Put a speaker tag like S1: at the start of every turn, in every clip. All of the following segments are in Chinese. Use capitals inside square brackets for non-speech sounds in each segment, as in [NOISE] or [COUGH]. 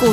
S1: 股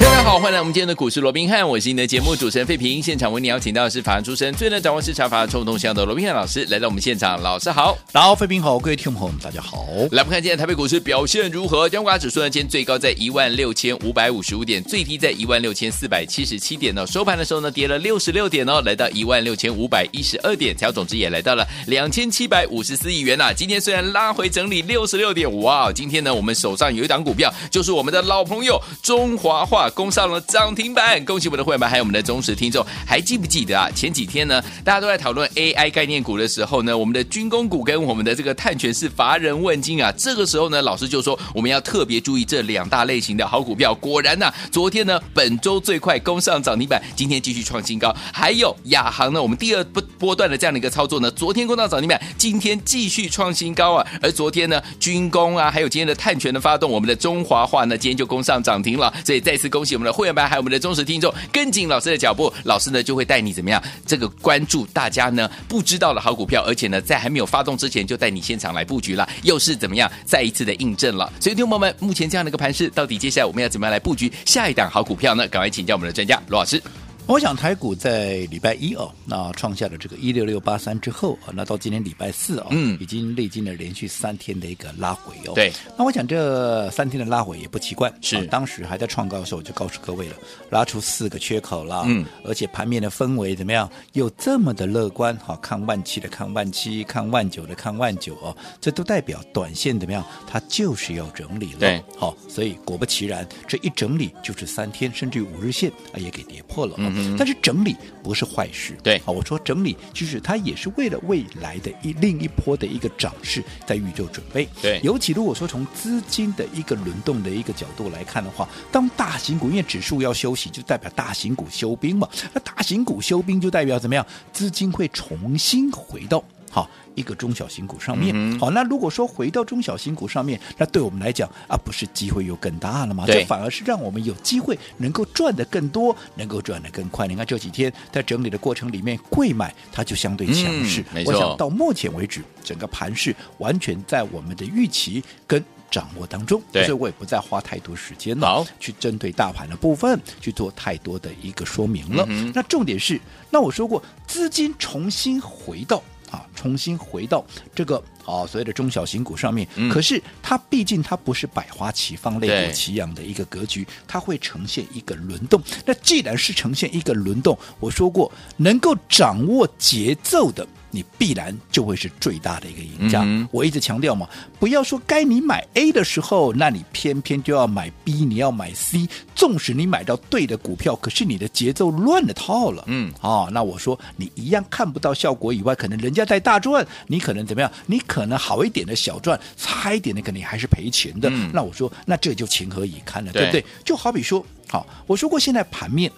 S2: 各位好，欢迎来我们今天的股市罗宾汉，我是你的节目主持人费平。现场为你邀请到的是法案出身、最能掌握市场法案冲动向的罗宾汉老师来到我们现场，老师好。
S3: 大家好，飞平好，各位听众朋友们，大家好。
S2: 来，我们看今天台北股市表现如何？中华指数呢，今天最高在一万六千五百五十五点，最低在一万六千四百七十七点哦。收盘的时候呢，跌了六十六点哦，来到一万六千五百一十二点，成交总值也来到了两千七百五十四亿元呐、啊今天虽然拉回整理六十六点，哇，今天呢，我们手上有一档股票，就是我们的老朋友中华化攻上了涨停板，恭喜我们的会员们，还有我们的忠实听众，还记不记得啊？前几天呢，大家都在讨论 AI 概念股的时候呢，我们的军工股跟我们的这个碳权是乏人问津啊。这个时候呢，老师就说我们要特别注意这两大类型的好股票。果然呐、昨天呢本周最快攻上涨停板，今天继续创新高。还有亚航呢，我们第二波波段的这样的一个操作呢，昨天攻上涨停板，今天继续创新高啊。而昨天呢，军工啊，还有今天的碳权的发动，我们的中华化呢今天就攻上涨停了。所以再次恭喜我们的会员班，还有我们的忠实听众，跟紧老师的脚步，老师呢就会带你怎么样？这个关注大家呢不知道的好股票，而且呢在还没有发动之前就带你现场来布局了，又是怎么样再一次的印证了。所以，听众朋友们，目前这样的一个盘势，到底接下来我们要怎么样来布局下一档好股票呢？赶快请教我们的专家罗老师。
S3: 我想台股在礼拜一哦，那创下了这个一六六八三之后啊，那到今天礼拜四哦，
S2: 嗯
S3: 已经历经了连续三天的一个拉回哦。
S2: 对，
S3: 那我想这三天的拉回也不奇怪，
S2: 是
S3: 啊当时还在创高的时候，我就告诉各位了，拉出四个缺口了，
S2: 嗯，
S3: 而且盘面的氛围怎么样？又这么的乐观，好、看万七的看万七，看万九的看万九哦，这都代表短线怎么样？它就是要整理了，
S2: 对，
S3: 好、所以果不其然，这一整理就是三天甚至于五日线啊也给跌破了、哦。但是整理不是坏事，
S2: 嗯对
S3: 啊，我说整理就是它也是为了未来的一另一波的一个涨势在预做准备，
S2: 对
S3: 尤其如果说从资金的一个轮动的一个角度来看的话，当大型股因为指数要休息，就代表大型股休兵嘛。那大型股休兵就代表怎么样？资金会重新回到好一个中小型股上面。
S2: 嗯
S3: 好，那如果说回到中小型股上面，那对我们来讲啊，不是机会又更大了吗？
S2: 对
S3: 这反而是让我们有机会能够赚得更多，能够赚得更快。你看这几天在整理的过程里面，贵买它就相对强势。
S2: 嗯没
S3: 我想
S2: 错
S3: 到目前为止，整个盘势完全在我们的预期跟。掌握当中，
S2: 对
S3: 所以我也不再花太多时间
S2: 好
S3: 了，去针对大盘的部分去做太多的一个说明了。
S2: 嗯哼
S3: 那重点是，那我说过，资金重新回到啊，重新回到这个啊所谓的中小型股上面。
S2: 嗯
S3: 可是它毕竟它不是百花齐放、类
S2: 对
S3: 股齐扬的一个格局，它会呈现一个轮动。那既然是呈现一个轮动，我说过，能够掌握节奏的。你必然就会是最大的一个赢家。
S2: 嗯哼
S3: 我一直强调嘛，不要说该你买 A 的时候，那你偏偏就要买 B，你要买 C。纵使你买到对的股票，可是你的节奏乱了套了。
S2: 嗯
S3: 哦，那我说你一样看不到效果以外，可能人家在大赚，你可能怎么样？你可能好一点的小赚，差一点的可能你还是赔钱的。
S2: 嗯
S3: 那我说，那这就情何以堪了，
S2: 对
S3: 对不对？就好比说，好、我说过现在盘面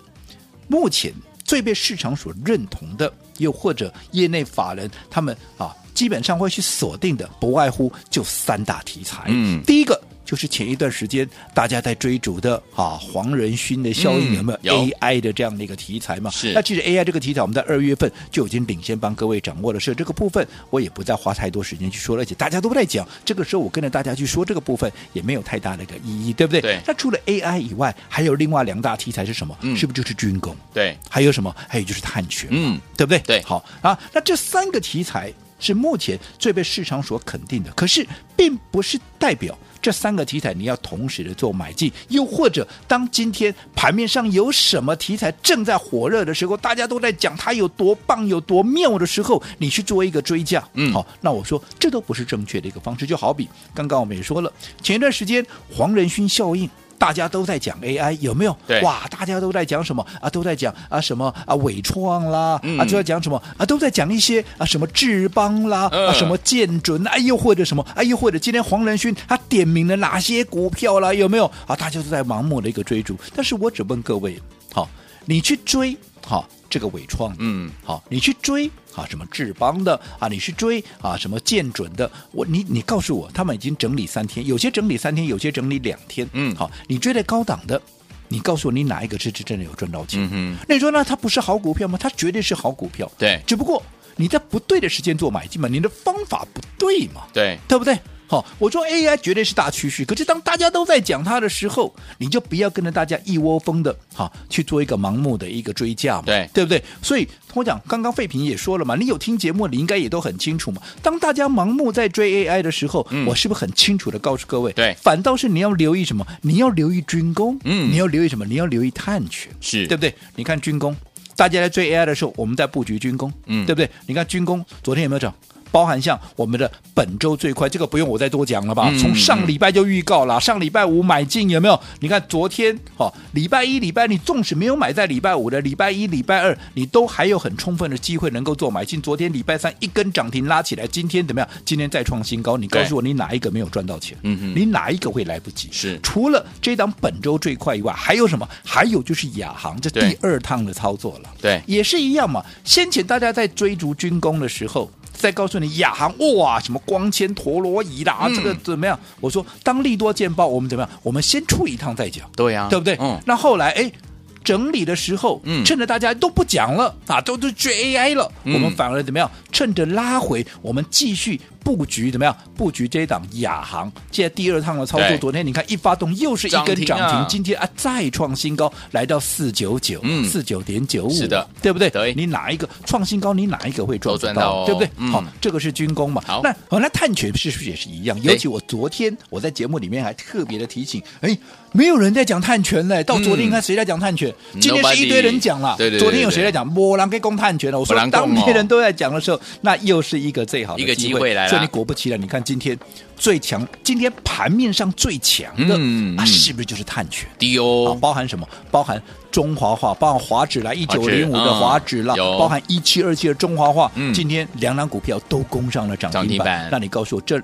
S3: 目前最被市场所认同的，又或者业内法人他们啊，基本上会去锁定的，不外乎就三大题材。
S2: 嗯
S3: 第一个。就是前一段时间大家在追逐的啊，黄仁勋的效应
S2: 嗯
S3: 有没有
S2: 有
S3: AI 的这样的一个题材嘛？
S2: 是
S3: 那其实 AI 这个题材，我们在二月份就已经领先帮各位掌握了，所以这个部分我也不再花太多时间去说了，而且大家都在讲，这个时候我跟着大家去说这个部分也没有太大的一个意义，对不对？
S2: 对
S3: 那除了 AI 以外，还有另外两大题材是什么？
S2: 嗯
S3: 是不是就是军工？
S2: 对，
S3: 还有什么？还有就是探权，
S2: 嗯，
S3: 对不对？
S2: 对
S3: 好啊，那这三个题材是目前最被市场所肯定的，可是并不是代表。这三个题材你要同时的做买进，又或者当今天盘面上有什么题材正在火热的时候，大家都在讲它有多棒、有多妙的时候，你去做一个追价，
S2: 嗯
S3: 好，那我说这都不是正确的一个方式。就好比刚刚我们也说了，前一段时间呃黄仁勋效应。大家都在讲 AI 有没有？
S2: 对
S3: 哇，大家都在讲什么啊？都在讲啊什么啊伟创啦，
S2: 嗯
S3: 啊就在讲什么啊？都在讲一些啊什么智邦啦，
S2: 嗯
S3: 啊什么建准，哎、又或者什么，哎、又或者今天黄仁勋他点名了哪些股票啦？有没有啊？大家都在盲目的一个追逐，但是我只问各位，好，你去追好、这个伟创的，
S2: 嗯，
S3: 好，你去追啊什么智邦的啊，你去追啊什么建准的，我你你告诉我，他们已经整理三天，有些整理三天，有些整理两天，
S2: 嗯
S3: 好，你追的高档的，你告诉我你哪一个是真的有赚到钱？
S2: 嗯哼，
S3: 那你说那它不是好股票吗？它绝对是好股票，
S2: 对
S3: 只不过你在不对的时间做买进嘛，你的方法不对嘛，
S2: 对，
S3: 对不对？好、我说 AI 绝对是大趋势，可是当大家都在讲它的时候，你就不要跟着大家一窝蜂的哈、去做一个盲目的一个追价嘛，
S2: 对
S3: 对不对？所以我讲，刚刚费平也说了嘛，你有听节目，你应该也都很清楚嘛。当大家盲目在追 AI 的时候，
S2: 嗯
S3: 我是不是很清楚的告诉各位？
S2: 对
S3: 反倒是你要留意什么？你要留意军工，
S2: 嗯
S3: 你要留意什么？你要留意碳权，
S2: 是
S3: 对不对？你看军工，大家在追 AI 的时候，我们在布局军工，
S2: 嗯
S3: 对不对？你看军工昨天有没有涨？包含像我们的本周最快，这个不用我再多讲了吧？
S2: 嗯
S3: 从上礼拜就预告了，上礼拜五买进有没有？你看昨天哦，礼拜一、礼拜你纵使没有买在礼拜五的，礼拜一、礼拜二你都还有很充分的机会能够做买进。昨天礼拜三一根涨停拉起来，今天怎么样？今天再创新高，你告
S2: 对
S3: 诉我你哪一个没有赚到钱？
S2: 嗯哼
S3: 你哪一个会来不及？
S2: 是
S3: 除了这档本周最快以外，还有什么？还有就是亚航这
S2: 对
S3: 第二趟的操作了。
S2: 对，
S3: 也是一样嘛。先前大家在追逐军工的时候，再告诉你亚航哇，什么光纤陀螺仪啦，
S2: 嗯
S3: 这个怎么样？我说当利多见报，我们怎么样？我们先出一趟再讲，
S2: 对呀，
S3: 对不对？
S2: 嗯，
S3: 那后来哎。整理的时候，
S2: 嗯
S3: 趁着大家都不讲了啊，都都追 AI 了，
S2: 嗯
S3: 我们反而怎么样？趁着拉回，我们继续布局怎么样？布局这一档亚航，现在第二趟的操作
S2: 对，
S3: 昨天你看一发动又是一根
S2: 涨停啊
S3: 涨停，今天啊再创新高，来到四九九，
S2: 嗯
S3: 四九点九五，啊
S2: 是的
S3: 对不对？
S2: 对
S3: 你哪一个创新高，你哪一个会赚
S2: 都赚
S3: 不
S2: 到哦
S3: 对不对？
S2: 嗯
S3: 好，这个是军工嘛。
S2: 好哎
S3: 那好，那碳权是不是也是一样？尤其我昨天我在节目里面还特别的提醒，哎，没有人在讲碳权嘞。到昨
S2: 嗯
S3: 天你看谁在讲碳权？今天是
S2: Nobody
S3: 一堆人讲了。
S2: 对对对
S3: 昨天有
S2: 对
S3: 谁在讲波兰跟供碳权了？我说
S2: 没人讲哦
S3: 当别人都在讲的时候，那又是一个最好的
S2: 一个机会来了
S3: 所以你果不其然，你看今天最强，今天盘面上最强的
S2: 嗯
S3: 啊，
S2: 嗯
S3: 是不是就是碳权？
S2: 低
S3: 啊，
S2: 哦，
S3: 包含什么？包含中华化，包含华指啦，一九零五的华指啦，
S2: 嗯有
S3: 包含一七二七的中华化。
S2: 嗯
S3: 今天两档股票都攻上了涨
S2: 涨
S3: 停
S2: 停
S3: 板。
S2: 板
S3: 那你告诉我这？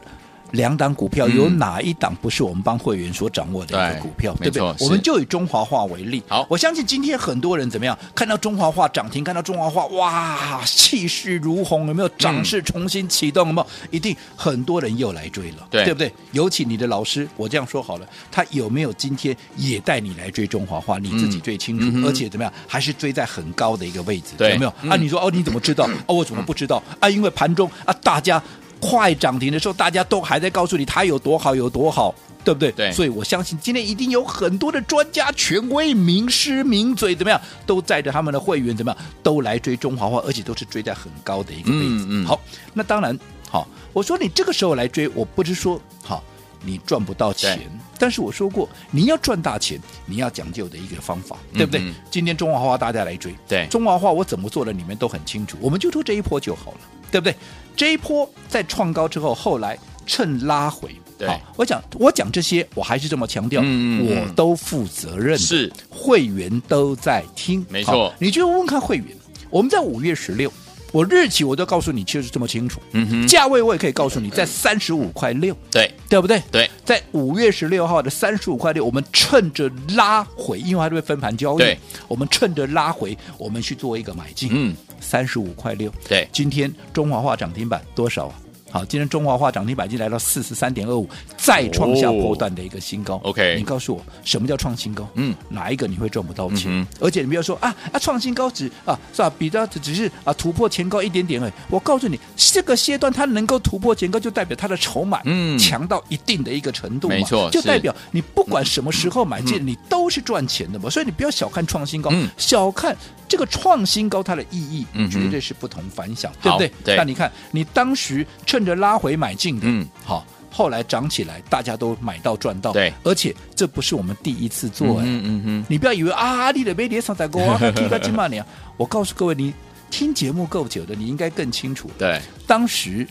S3: 两档股票
S2: 嗯
S3: 有哪一档不是我们帮会员所掌握的一
S2: 对
S3: 个股票，
S2: 没
S3: 对不
S2: 错
S3: 对？
S2: 是
S3: 我们就以中华化为例。
S2: 好
S3: 我相信今天很多人怎么样？看到中华化涨停，看到中华化，哇，气势如虹，有没有？涨
S2: 嗯
S3: 势重新启动，有没有？一定很多人又来追了，
S2: 对
S3: 对不对？尤其你的老师，我这样说好了，他有没有今天也带你来追中华化？你自己最清楚，
S2: 嗯哼
S3: 而且怎么样，还是追在很高的一个位置，
S2: 对
S3: 有没有？
S2: 嗯
S3: 啊，你说哦，你怎么
S2: [COUGHS]
S3: 知道？哦，我怎么不知道？啊，因为盘中啊，大家快涨停的时候，大家都还在告诉你它有多好，有多好。对不对？
S2: 对
S3: 所以我相信今天一定有很多的专家、权威、名师、名嘴，怎么样，都载着他们的会员，怎么样，都来追中华化，而且都是追在很高的一个位置。
S2: 嗯嗯
S3: 好，那当然，好，我说你这个时候来追，我不是说好你赚不到钱
S2: 对，
S3: 但是我说过，你要赚大钱，你要讲究的一个方法，对不对？
S2: 嗯嗯
S3: 今天中华化大家来追，
S2: 对
S3: 中华化我怎么做的，你们都很清楚，我们就做这一波就好了，对不对？这一波在创高之后，后来趁拉回。
S2: 对
S3: 好，我讲我讲这些，我还是这么强调，
S2: 嗯嗯嗯
S3: 我都负责任的，
S2: 是
S3: 会员都在听，
S2: 没错
S3: 好你去问问看会员，我们在五月十六，我日期我都告诉你，就是这么清楚，
S2: 嗯哼，
S3: 价位我也可以告诉你，在三十五块六，
S2: 对
S3: 对不对？
S2: 对，
S3: 在五月十六号的三十五块六，我们趁着拉回，因为它会分盘交易，
S2: 对，
S3: 我们趁着拉回，我们去做一个买进，
S2: 嗯，
S3: 三十五块六，
S2: 对
S3: 今天中华化涨停板多少啊？好，今天中华化涨停板已经来到四十三点二五，再创下波段的一个新高。
S2: 哦 OK
S3: 你告诉我什么叫创新高？
S2: 嗯，
S3: 哪一个你会赚不到钱？
S2: 嗯
S3: 而且你不要说啊啊，创新高只啊是吧？比较只只是啊突破前高一点点而已。我告诉你，这个阶段它能够突破前高，就代表它的筹码
S2: 嗯
S3: 强到一定的一个程度嘛，
S2: 没错
S3: 就是代表你不管什么时候买进，你都是赚钱的嘛。所以你不要小看创新高，
S2: 嗯
S3: 小看这个创新高它的意义
S2: 嗯，哼
S3: 绝对是不同凡响，对不对
S2: 好？对
S3: 那你看，你当时趁着拉回买进的，
S2: 嗯，
S3: 好。后来涨起来，大家都买到赚到，
S2: 对
S3: 而且这不是我们第一次做、哎、
S2: 嗯嗯嗯，
S3: 你不要以为啊，你的没跌上在高啊，提到金马年，我告诉各位，你听节目够久的，你应该更清楚了。
S2: 对，
S3: 当时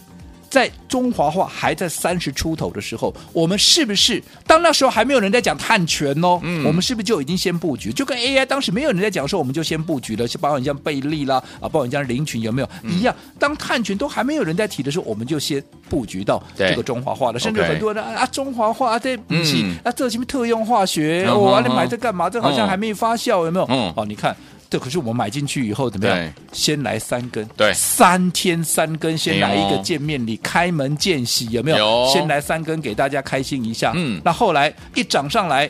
S3: 在中华化还在三十出头的时候，我们是不是当那时候还没有人在讲碳权哦？
S2: 嗯
S3: 我们是不是就已经先布局？就跟 AI 当时没有人在讲的时候，我们就先布局了，就包括你像贝利啦，啊，包括你像林群有没有、
S2: 嗯
S3: 一样？当碳权都还没有人在提的时候，我们就先布局到
S2: 对
S3: 这个中华化了，甚至
S2: OK
S3: 很多人啊，啊中华化啊这不是、
S2: 嗯
S3: 啊，这什么特用化学？
S2: 嗯
S3: 哦，啊
S2: 嗯
S3: 你买这干嘛？这好
S2: 嗯
S3: 像还没发酵，有没有？
S2: 嗯
S3: 哦，你看对，可是我买进去以后怎么
S2: 对
S3: 样？先来三根，
S2: 对
S3: 三天三根，先来一
S2: 哎
S3: 个
S2: 呦
S3: 见面礼，开门见喜，有没
S2: 有
S3: 有？先来三根给大家开心一下。
S2: 嗯
S3: 那后来一涨上来，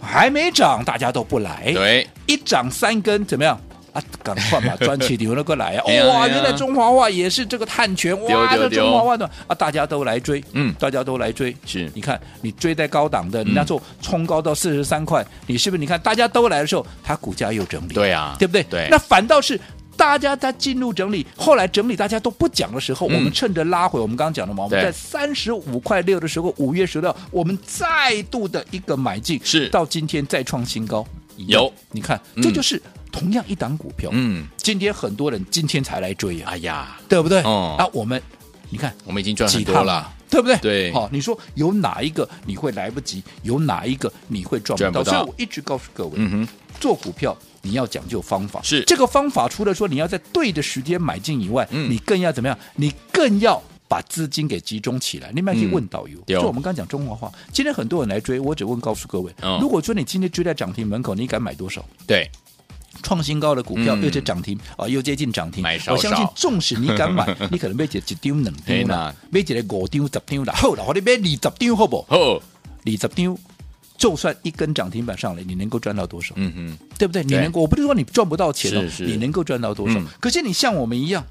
S3: 还没涨，大家都不来。
S2: 对，！
S3: 一涨三根怎么样？啊，赶快把专辑留了过来啊
S2: [LAUGHS] 哎呀
S3: 哇，
S2: 哎呀
S3: 原来中华话也是这个碳权，
S2: 丢
S3: 哇，
S2: 丢
S3: 这
S2: 丢
S3: 中华话的啊，大家都来追，
S2: 嗯
S3: 大家都来追，
S2: 是嗯
S3: 你看你追在高档的，你那时候冲高到四十三块，你是不是？你看大家都来的时候，它股价又整理，
S2: 对啊
S3: 对不对？
S2: 对
S3: 那反倒是。大家在进入整理，后来整理大家都不讲的时候，
S2: 嗯
S3: 我们趁着拉回，我们刚刚讲了嘛，我们
S2: 对
S3: 在三十五块六的时候，五月十六，我们再度的一个买进，
S2: 是
S3: 到今天再创新高，
S2: 有
S3: 你看，
S2: 嗯
S3: 这就是同样一档股票，
S2: 嗯，
S3: 今天很多人今天才来追呀、
S2: 哎呀，
S3: 对不对？
S2: 哦
S3: 啊，我们你看
S2: 我们已经赚很
S3: 几
S2: 多
S3: 趟
S2: 了，，
S3: 对不对？
S2: 对
S3: 好，你说有哪一个你会来不及？有哪一个你会赚
S2: 赚
S3: 不
S2: 不
S3: 到？
S2: 到
S3: 所以我一直告诉各位，
S2: 嗯哼，
S3: 做股票你要讲究方法，
S2: 是
S3: 这个方法除了说你要在对的时间买进以外，
S2: 嗯
S3: 你更要怎么样？你更要。把资金给集中起来，你们可以
S2: 嗯
S3: 问导游。
S2: 有
S3: 就我们刚讲中华话，今天很多人来追，我只问告诉各位，
S2: 哦
S3: 如果说你今天追在涨停门口，你敢买多少？
S2: 对，
S3: 创新高的股票
S2: 嗯
S3: 又在涨停啊、又接近涨停
S2: 买。少
S3: 我相信
S2: 少，
S3: 纵使你
S2: [LAUGHS]
S3: 敢买，你可能被一一丢两
S2: 嘿
S3: 丢
S2: 呐
S3: 啦，被一个五丢十丢啦，好啦，我你买二十丢好不好？
S2: 哦，
S3: 二十丢，就算一根涨停板上来，你能够赚到多少？
S2: 嗯哼，
S3: 对不对？你
S2: 对
S3: 能够，我不是说你赚不到钱哦
S2: 是是，
S3: 你能够赚到多少
S2: 嗯？
S3: 可是你像我们一样，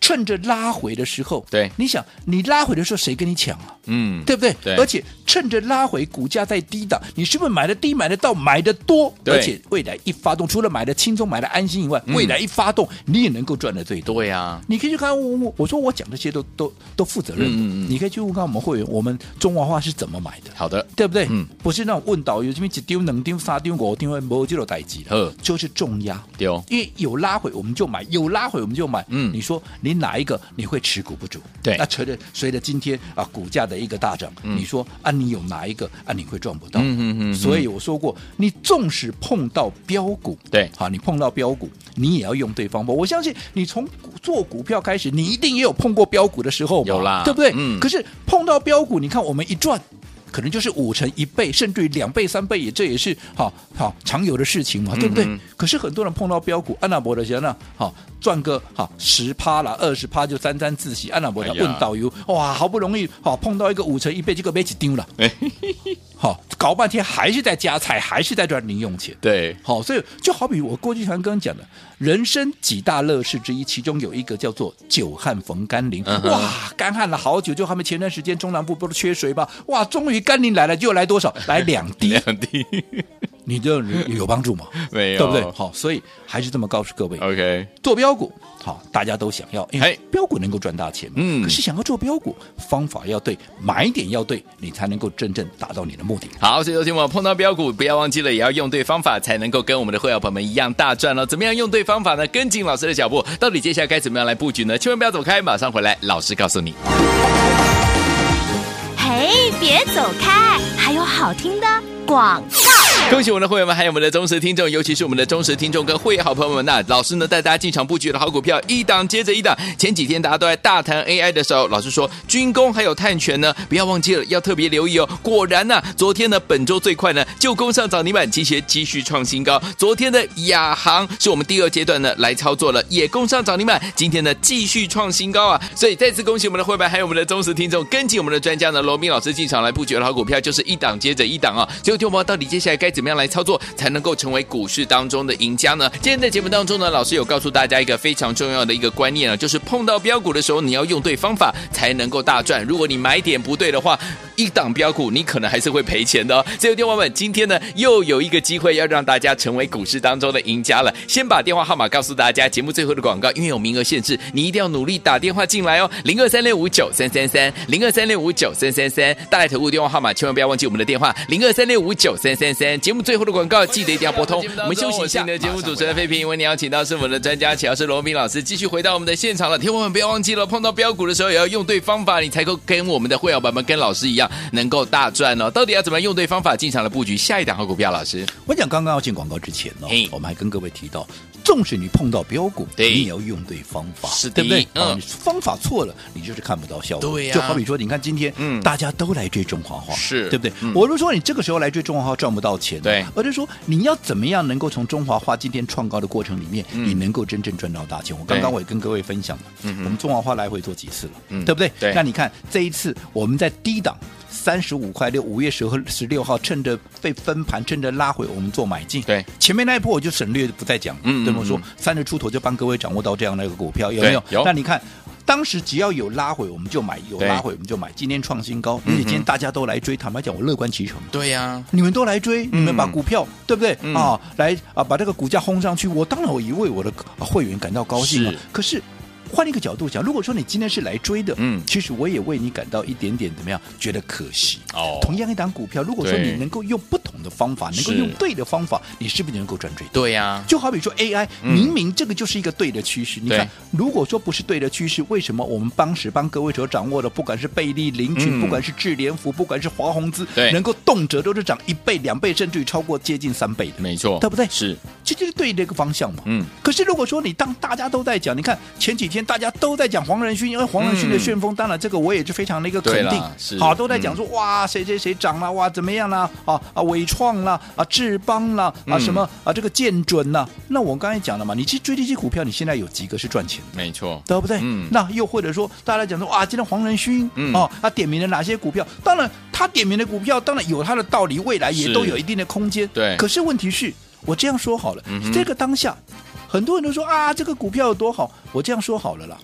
S3: 趁着拉回的时候，
S2: 对
S3: 你想你拉回的时候，谁跟你抢啊？
S2: 嗯，
S3: 对不对？
S2: 对
S3: 而且趁着拉回，股价在低档，你是不是买的低、买的到、买的多？
S2: 对嗯
S3: 而且未来一发动，除了买的轻松、买的安心以外，未来一发动，你也能够赚的最多。
S2: 对啊呀，
S3: 你可以去看我，我我说我讲这些都都都负责任的，
S2: 嗯嗯嗯
S3: 你可以去问看我们会员，我们中华话是怎么买的，
S2: 好的，
S3: 对不对？
S2: 嗯
S3: 不是那种问导游这边一丢、两丢、三丢、五丢，没有这种代级
S2: 呵
S3: 的，就是重压。
S2: 丢，
S3: 因为有拉回我们就买，有拉回我们就买。
S2: 哦嗯
S3: 你说你哪一个你会持股不足？
S2: 对
S3: 那随着随着今天啊股价的一个大涨，你说啊你有哪一个啊你会赚不到？
S2: 嗯嗯嗯嗯
S3: 所以我说过，你纵使碰到标股，
S2: 对
S3: 好，你碰到标股，你也要用对方法。我相信你从股做股票开始，你一定也有碰过标股的时候嘛，
S2: 有啦
S3: 对不对？
S2: 嗯
S3: 可是碰到标股，你看我们一赚。可能就是五成一倍，甚至于两倍、三倍也，这也是好好常有的事情嘛，对不对？
S2: 嗯
S3: 可是很多人碰到标股，安啊娜伯的钱呢，好赚个好十趴啦，二十趴就沾沾自喜。安啊娜伯的
S2: 哎呀
S3: 问导游，哇，好不容易好碰到一个五成一倍，结果被起丢了，
S2: 哎，
S3: 好搞半天还是在加菜，还是在赚零用钱。 [LAUGHS]
S2: 对，
S3: 好，所以就好比我过去常跟人讲的，人生几大乐事之一，其中有一个叫做久旱逢甘霖。
S2: 嗯哼
S3: 哇，干旱了好久，就还没前段时间中南部不是缺水吗？哇，终于甘霖来了，就来多少？来两滴，
S2: [LAUGHS] 两滴，
S3: 你这有有帮助吗？
S2: [LAUGHS] 没有，
S3: 对不对？好，所以还是这么告诉各位，
S2: ？OK，
S3: 做标股，好，大家都想要，因为
S2: 嘿
S3: 标股能够赚大钱嘛。
S2: 嗯
S3: 可是想要做标股，方法要对，买点要对，你才能够真正达到你的目的。
S2: 好，所以昨天我们碰到标股，不要忘记了，也要用对方法，才能够跟我们的会员朋友们一样大赚哦。怎么样用对方法呢？跟紧老师的脚步，到底接下来该怎么样来布局呢？千万不要走开，马上回来，老师告诉你。
S1: 嘿，别走开，还有好听的广告。
S2: 恭喜我们的会员们，还有我们的忠实听众，尤其是我们的忠实听众跟会员好朋友们呐、老师呢带大家进场布局的好股票，一档接着一档。前几天大家都在大谈 AI 的时候，老师说军工还有碳权呢，不要忘记了要特别留意哦。果然呐、昨天呢本周最快呢就攻上涨停板，继续继续创新高。昨天的亚航是我们第二阶段呢来操作了，也攻上涨停板，今天呢继续创新高啊！所以再次恭喜我们的会员，还有我们的忠实听众，跟紧我们的专家呢罗斌老师进场来布局的好股票，就是一档接着一档啊。所以，听我们到底接下来该怎么样来操作，才能够成为股市当中的赢家呢？今天在节目当中呢，老师有告诉大家一个非常重要的一个观念啊，就是碰到标股的时候，你要用对方法才能够大赚。如果你买点不对的话，一档标股你可能还是会赔钱的哦。所以，听众们，今天呢又有一个机会要让大家成为股市当中的赢家了。先把电话号码告诉大家，节目最后的广告，因为有名额限制，你一定要努力打电话进来哦，零二三六五九三三三，零二三六五九三三三，大来投顾电话号码千万不要忘记我们的电话零二三六五九三三三。节目最后的广告记得一定要拨通，我们休息一下。的节目主持人费平为你邀请到是我们的专家，乔是罗斌老师，继续回到我们的现场了。听众朋友们不要忘记了，碰到标股的时候也要用对方法，你才够跟我们的会员版们跟老师一样能够大赚哦。到底要怎么样用对方法进场来布局下一档好股票？老师，
S3: 我讲刚刚要进广告之前呢、
S2: 嘿
S3: 我们还跟各位提到，纵使你碰到标股，
S2: 对
S3: 你也要用对方法，
S2: 是的
S3: 对不对？
S2: 嗯
S3: 啊你方法错了，你就是看不到效果。
S2: 对呀
S3: 就好比说，你看今天，
S2: 嗯
S3: 大家都来追中华化，
S2: 是
S3: 对不对？
S2: 嗯
S3: 我不是说你这个时候来追中华化赚不到钱，啊
S2: 对
S3: 而是说你要怎么样能够从中华化今天创高的过程里面，你能够真正赚到大钱。我刚
S2: 嗯对
S3: 刚我也跟各位分享了，我们中华化来回做几次了，
S2: 嗯
S3: 对不对？
S2: 对
S3: 那你看这一次我们在低档。三十五块六，五月十和十六号，趁着被分盘，趁着拉回，我们做买进。
S2: 对，
S3: 前面那一波我就省略不再讲了。
S2: 嗯
S3: 对我
S2: 嗯
S3: 说
S2: 嗯
S3: 三十出头就帮各位掌握到这样的一个股票，有没有？
S2: 有
S3: 那你看。当时只要有拉回，我们就买；有
S2: 对嗯
S3: 拉回，我们就买。今天创新高，而且今天大家都来追，坦白讲，我乐观其成。
S2: 对呀，
S3: 你们都来追，你们把股票、对不对、
S2: 嗯
S3: 啊？来啊，把这个股价轰上去，我当然我也为我的啊会员感到高兴了
S2: 是。
S3: 可是换一个角度讲，如果说你今天是来追的，
S2: 嗯
S3: 其实我也为你感到一点点怎么样，觉得可惜。
S2: 哦
S3: 同样一档股票，如果说
S2: 对
S3: 你能够用不同的方法，能够
S2: 是
S3: 用对的方法，你是不是能够赚最多？
S2: 对呀，
S3: 就好比说 AI，
S2: 嗯
S3: 明明这个就是一个对的趋势。你看
S2: 对，
S3: 如果说不是对的趋势，为什么我们当时帮各位所掌握的，不管是贝利、林群，
S2: 嗯
S3: 不管是智联福，不管是华宏资
S2: 对，
S3: 能够动辄都是涨一倍、两倍，甚至于超过接近三倍的，
S2: 没错，
S3: 对不对
S2: 是，
S3: 这就是对的一个方向嘛。
S2: 嗯，
S3: 可是如果说你当大家都在讲，你看前几天大家都在讲黄仁勋，因为黄仁勋的旋风，当然这个我也是非常的一个肯
S2: 对
S3: 定
S2: 啦是，嗯
S3: 好都在讲说哇谁谁谁涨了哇怎么样啦啊啊伟创啦啊智邦啦啊
S2: 嗯
S3: 什么啊这个建准啦，那我刚才讲了嘛，你去追这些股票，你现在有几个是赚钱的？
S2: 没错，
S3: 对不对？
S2: 嗯
S3: 那又或者说，大家讲说哇，今天黄仁勋、
S2: 嗯
S3: 哦，他点名了哪些股票？当然，他点名的股票当然有他的道理，未来也
S2: 是
S3: 都有一定的空间。
S2: 对
S3: 可是问题是，我这样说好了，
S2: 嗯哼
S3: 这个当下，很多人都说啊，这个股票有多好。我这样说好了啦，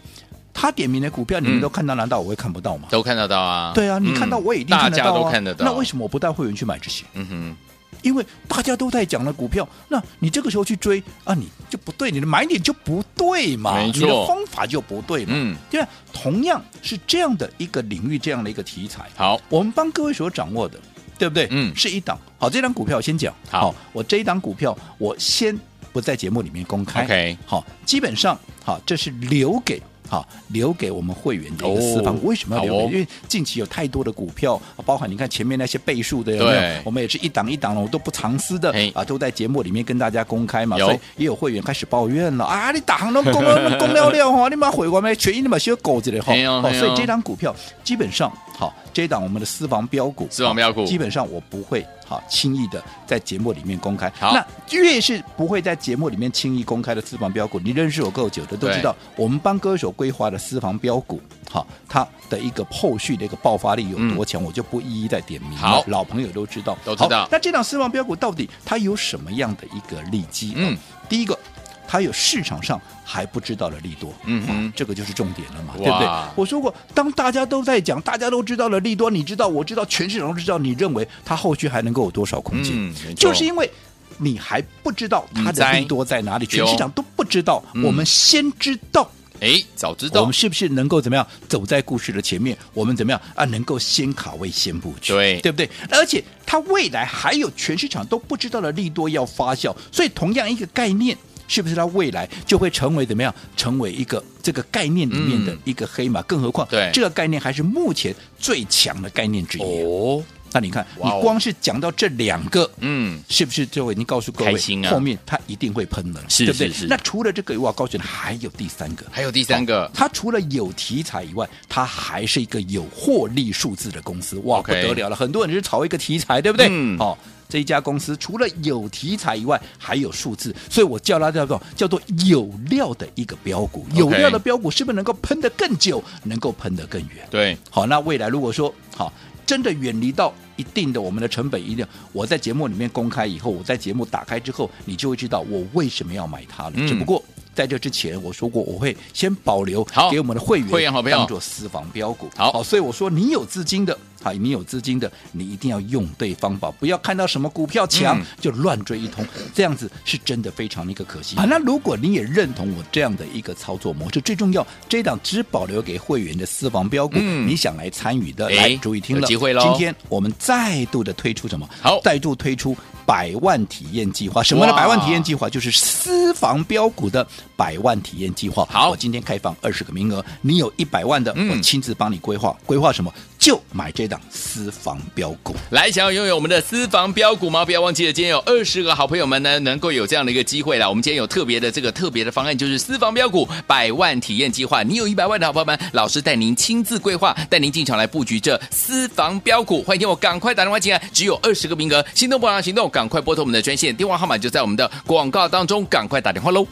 S3: 他点名的股票你们
S2: 嗯
S3: 都看到，难道我会看不到吗？
S2: 都看得到啊，
S3: 对啊，你
S2: 嗯
S3: 看到我也一定
S2: 大
S3: 看得
S2: 家
S3: 到
S2: 都
S3: 啊。
S2: 看得到，
S3: 那为什么我不带会员去买这些？
S2: 么？嗯
S3: 因为大家都在讲了股票，那你这个时候去追啊，你就不对，你的买点就不对嘛，
S2: 没
S3: 你
S2: 错
S3: 的方法就不对
S2: 哼，
S3: 嘛。
S2: 嗯，
S3: 对啊，同样是这样的一个领域，这样的一个题材，
S2: 好，
S3: 我们帮各位所掌握的，对不对？
S2: 嗯
S3: 是一档好，这档股票我先讲。
S2: 好
S3: 我这一档股票我先不在节目里面公开。
S2: OK
S3: 好，基本上好，这是留给。好，留给我们会员的一
S2: 哦
S3: 个私房。为什么要
S2: 好
S3: 留给？
S2: 哦
S3: 因为近期有太多的股票，包含你看前面那些倍数的有没
S2: 对
S3: 有？我们也是一档一档的，我都不藏私的
S2: 嘿
S3: 啊，都在节目里面跟大家公开嘛。
S2: 有
S3: 所以也有会员开始抱怨了啊，你打行都公了，公了了哈，你妈毁我们权益，你妈小狗子的哈。
S2: 嘿哦嘿哦
S3: 所以这档股票基本上好，这一档我们的私房标股，
S2: 私房标股
S3: 好基本上我不会好轻易的在节目里面公开。
S2: 好
S3: 那越是不会在节目里面轻易公开的私房标股，你认识我够久的都
S2: 对
S3: 知道，我们帮歌手规划的私房标股，好，它的一个后续的一个爆发力有多强，我就不一一再点名了。
S2: 嗯好
S3: 老朋友都知道，
S2: 都知道
S3: 好那这档私房标股到底它有什么样的一个利基？
S2: 嗯，
S3: 第一个。它有市场上还不知道的利多，
S2: 嗯哼
S3: 啊这个就是重点了嘛，
S2: 哇
S3: 对不对？我说过，当大家都在讲，大家都知道了利多，你知道，我知道，全市场都知道，你认为它后续还能够有多少空间？
S2: 嗯没错
S3: 就是因为你还不知道它的利多在哪里，
S2: 知道
S3: 全市场都不知道，
S2: 嗯
S3: 我们先知道。
S2: 哎，早知
S3: 我
S2: 道
S3: 们，是不是能够怎么样走在故事的前面？我们怎么样啊？能够先卡位、先布局，
S2: 对
S3: 对不对？而且它未来还有全市场都不知道的利多要发酵，所以同样一个概念。是不是它未来就会成为怎么样？成为一个这个概念里面的
S2: 嗯
S3: 一个黑马？更何况，
S2: 对
S3: 这个概念还是目前最强的概念之一。
S2: 哦，
S3: 那你看，你
S2: 哇哦
S3: 光是讲到这两个，
S2: 嗯，
S3: 是不是就已经告诉各位
S2: 开心啊
S3: 后面它一定会喷了，
S2: 是
S3: 对不对
S2: 是是
S3: 那除了这个以外，我告诉你还有第三个，
S2: 还有第三个，
S3: 它除了有题材以外，它还是一个有获利数字的公司，哇
S2: OK
S3: 不得了了！很多人是炒一个题材，对不对？
S2: 嗯
S3: 哦，这一家公司除了有题材以外，还有数字，所以我叫它叫做叫做有料的一个标股。有料的标股是不是能够喷得更久，能够喷得更远？
S2: 对，
S3: 好，那未来如果说好。真的远离到一定的我们的成本一定，我在节目里面公开以后，我在节目打开之后，你就会知道我为什么要买它了。
S2: 嗯
S3: 只不过在这之前，我说过我会先保留
S2: 好
S3: 给我们的会员
S2: 会员好朋友
S3: 当做私房标股。
S2: 好
S3: 所以我说你有资金的，好，你有资金的，你一定要用对方法，不要看到什么股票强、
S2: 嗯
S3: 就乱追一通，这样子是真的非常的一个可惜啊。那如果你也认同我这样的一个操作模式，最重要，这一档只保留给会员的私房标股，
S2: 嗯
S3: 你想来参与的，
S2: 哎
S3: 来注意听
S2: 有
S3: 了，
S2: 机会喽
S3: 今天我们再度的推出什么？
S2: 好
S3: 再度推出百万体验计划。什么呢？
S2: 哇
S3: 百万体验计划就是私房标股的百万体验计划。
S2: 好
S3: 我今天开放二十个名额，你有一百万的，
S2: 嗯
S3: 我亲自帮你规划。规划什么？就买这档私房标股。
S2: 来，想要拥有我们的私房标股吗？不要忘记了，今天有二十个好朋友们呢，能够有这样的一个机会啦。我们今天有特别的这个特别的方案，就是私房标股百万体验计划。你有一百万的好朋友们，老师带您亲自规划，带您进场来布局这私房标股。欢迎我赶快打电话进来，只有二十个名额，心动不让行动，赶快拨通我们的专线，电话号码就在我们的广告当中，赶快打电话喽。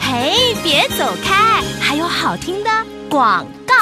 S1: 嘿，别走开，还有好听的广告。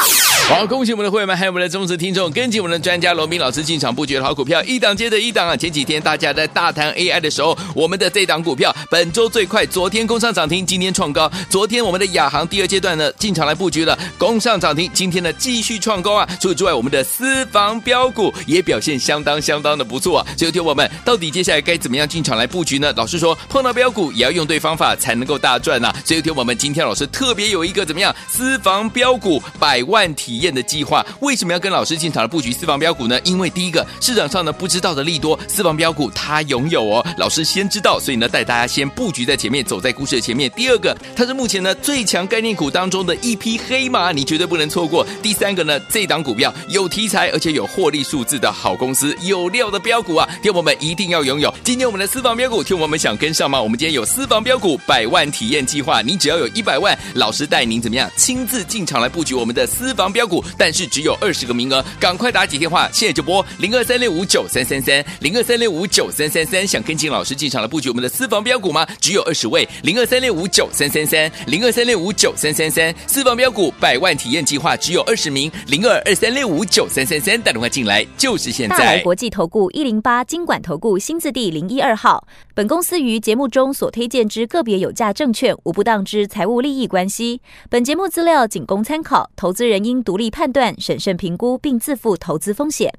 S2: 好，恭喜我们的会员们，还有我们的忠实听众，跟紧我们的专家罗斌老师进场布局的好股票，一档接着一档啊！前几天大家在大谈 AI 的时候，我们的这档股票本周最快，昨天攻上涨停，今天创高。昨天我们的亚航第二阶段呢进场来布局了，攻上涨停，今天呢继续创高啊！除此之外，我们的私房标股也表现相当相当的不错啊！所以，听我们到底接下来该怎么样进场来布局呢？老师说，碰到标股也要用对方法才能够大赚呐、啊！所以，听我们今天老师特别有一个怎么样私房标股百万体验的计划。为什么要跟老师进场来布局私房标股呢？因为第一个市场上呢不知道的利多，私房标股它拥有哦，老师先知道，所以呢带大家先布局在前面，走在故事的前面。第二个，它是目前呢最强概念股当中的一匹黑马，你绝对不能错过。第三个呢，这档股票有题材，而且有获利数字的好公司，有料的标股啊，听我们一定要拥有。今天我们的私房标股，听我们想跟上吗？我们今天有私房标股百万体验计划，你只要有一百万，老师带您怎么样亲自进场来布局我们的私房标股，但是只有二十个名额，赶快打几电话，现在就拨零二三六五九三三三零二三六五九三三三，想跟进老师进场来布局我们的私房标股吗？只有二十位，零二三六五九三三三零二三六五九三三三，私房标股百万体验计划只有二十名，零二二三六五九三三三，打电话进来就是现
S4: 大来
S2: 在。
S4: 国际投顾一零八金管投顾新字第零一二号。本公司于节目中所推荐之个别有价证券，无不当之财务利益关系。本节目资料仅供参考，投资人应独立判断、审慎评估，并自负投资风险。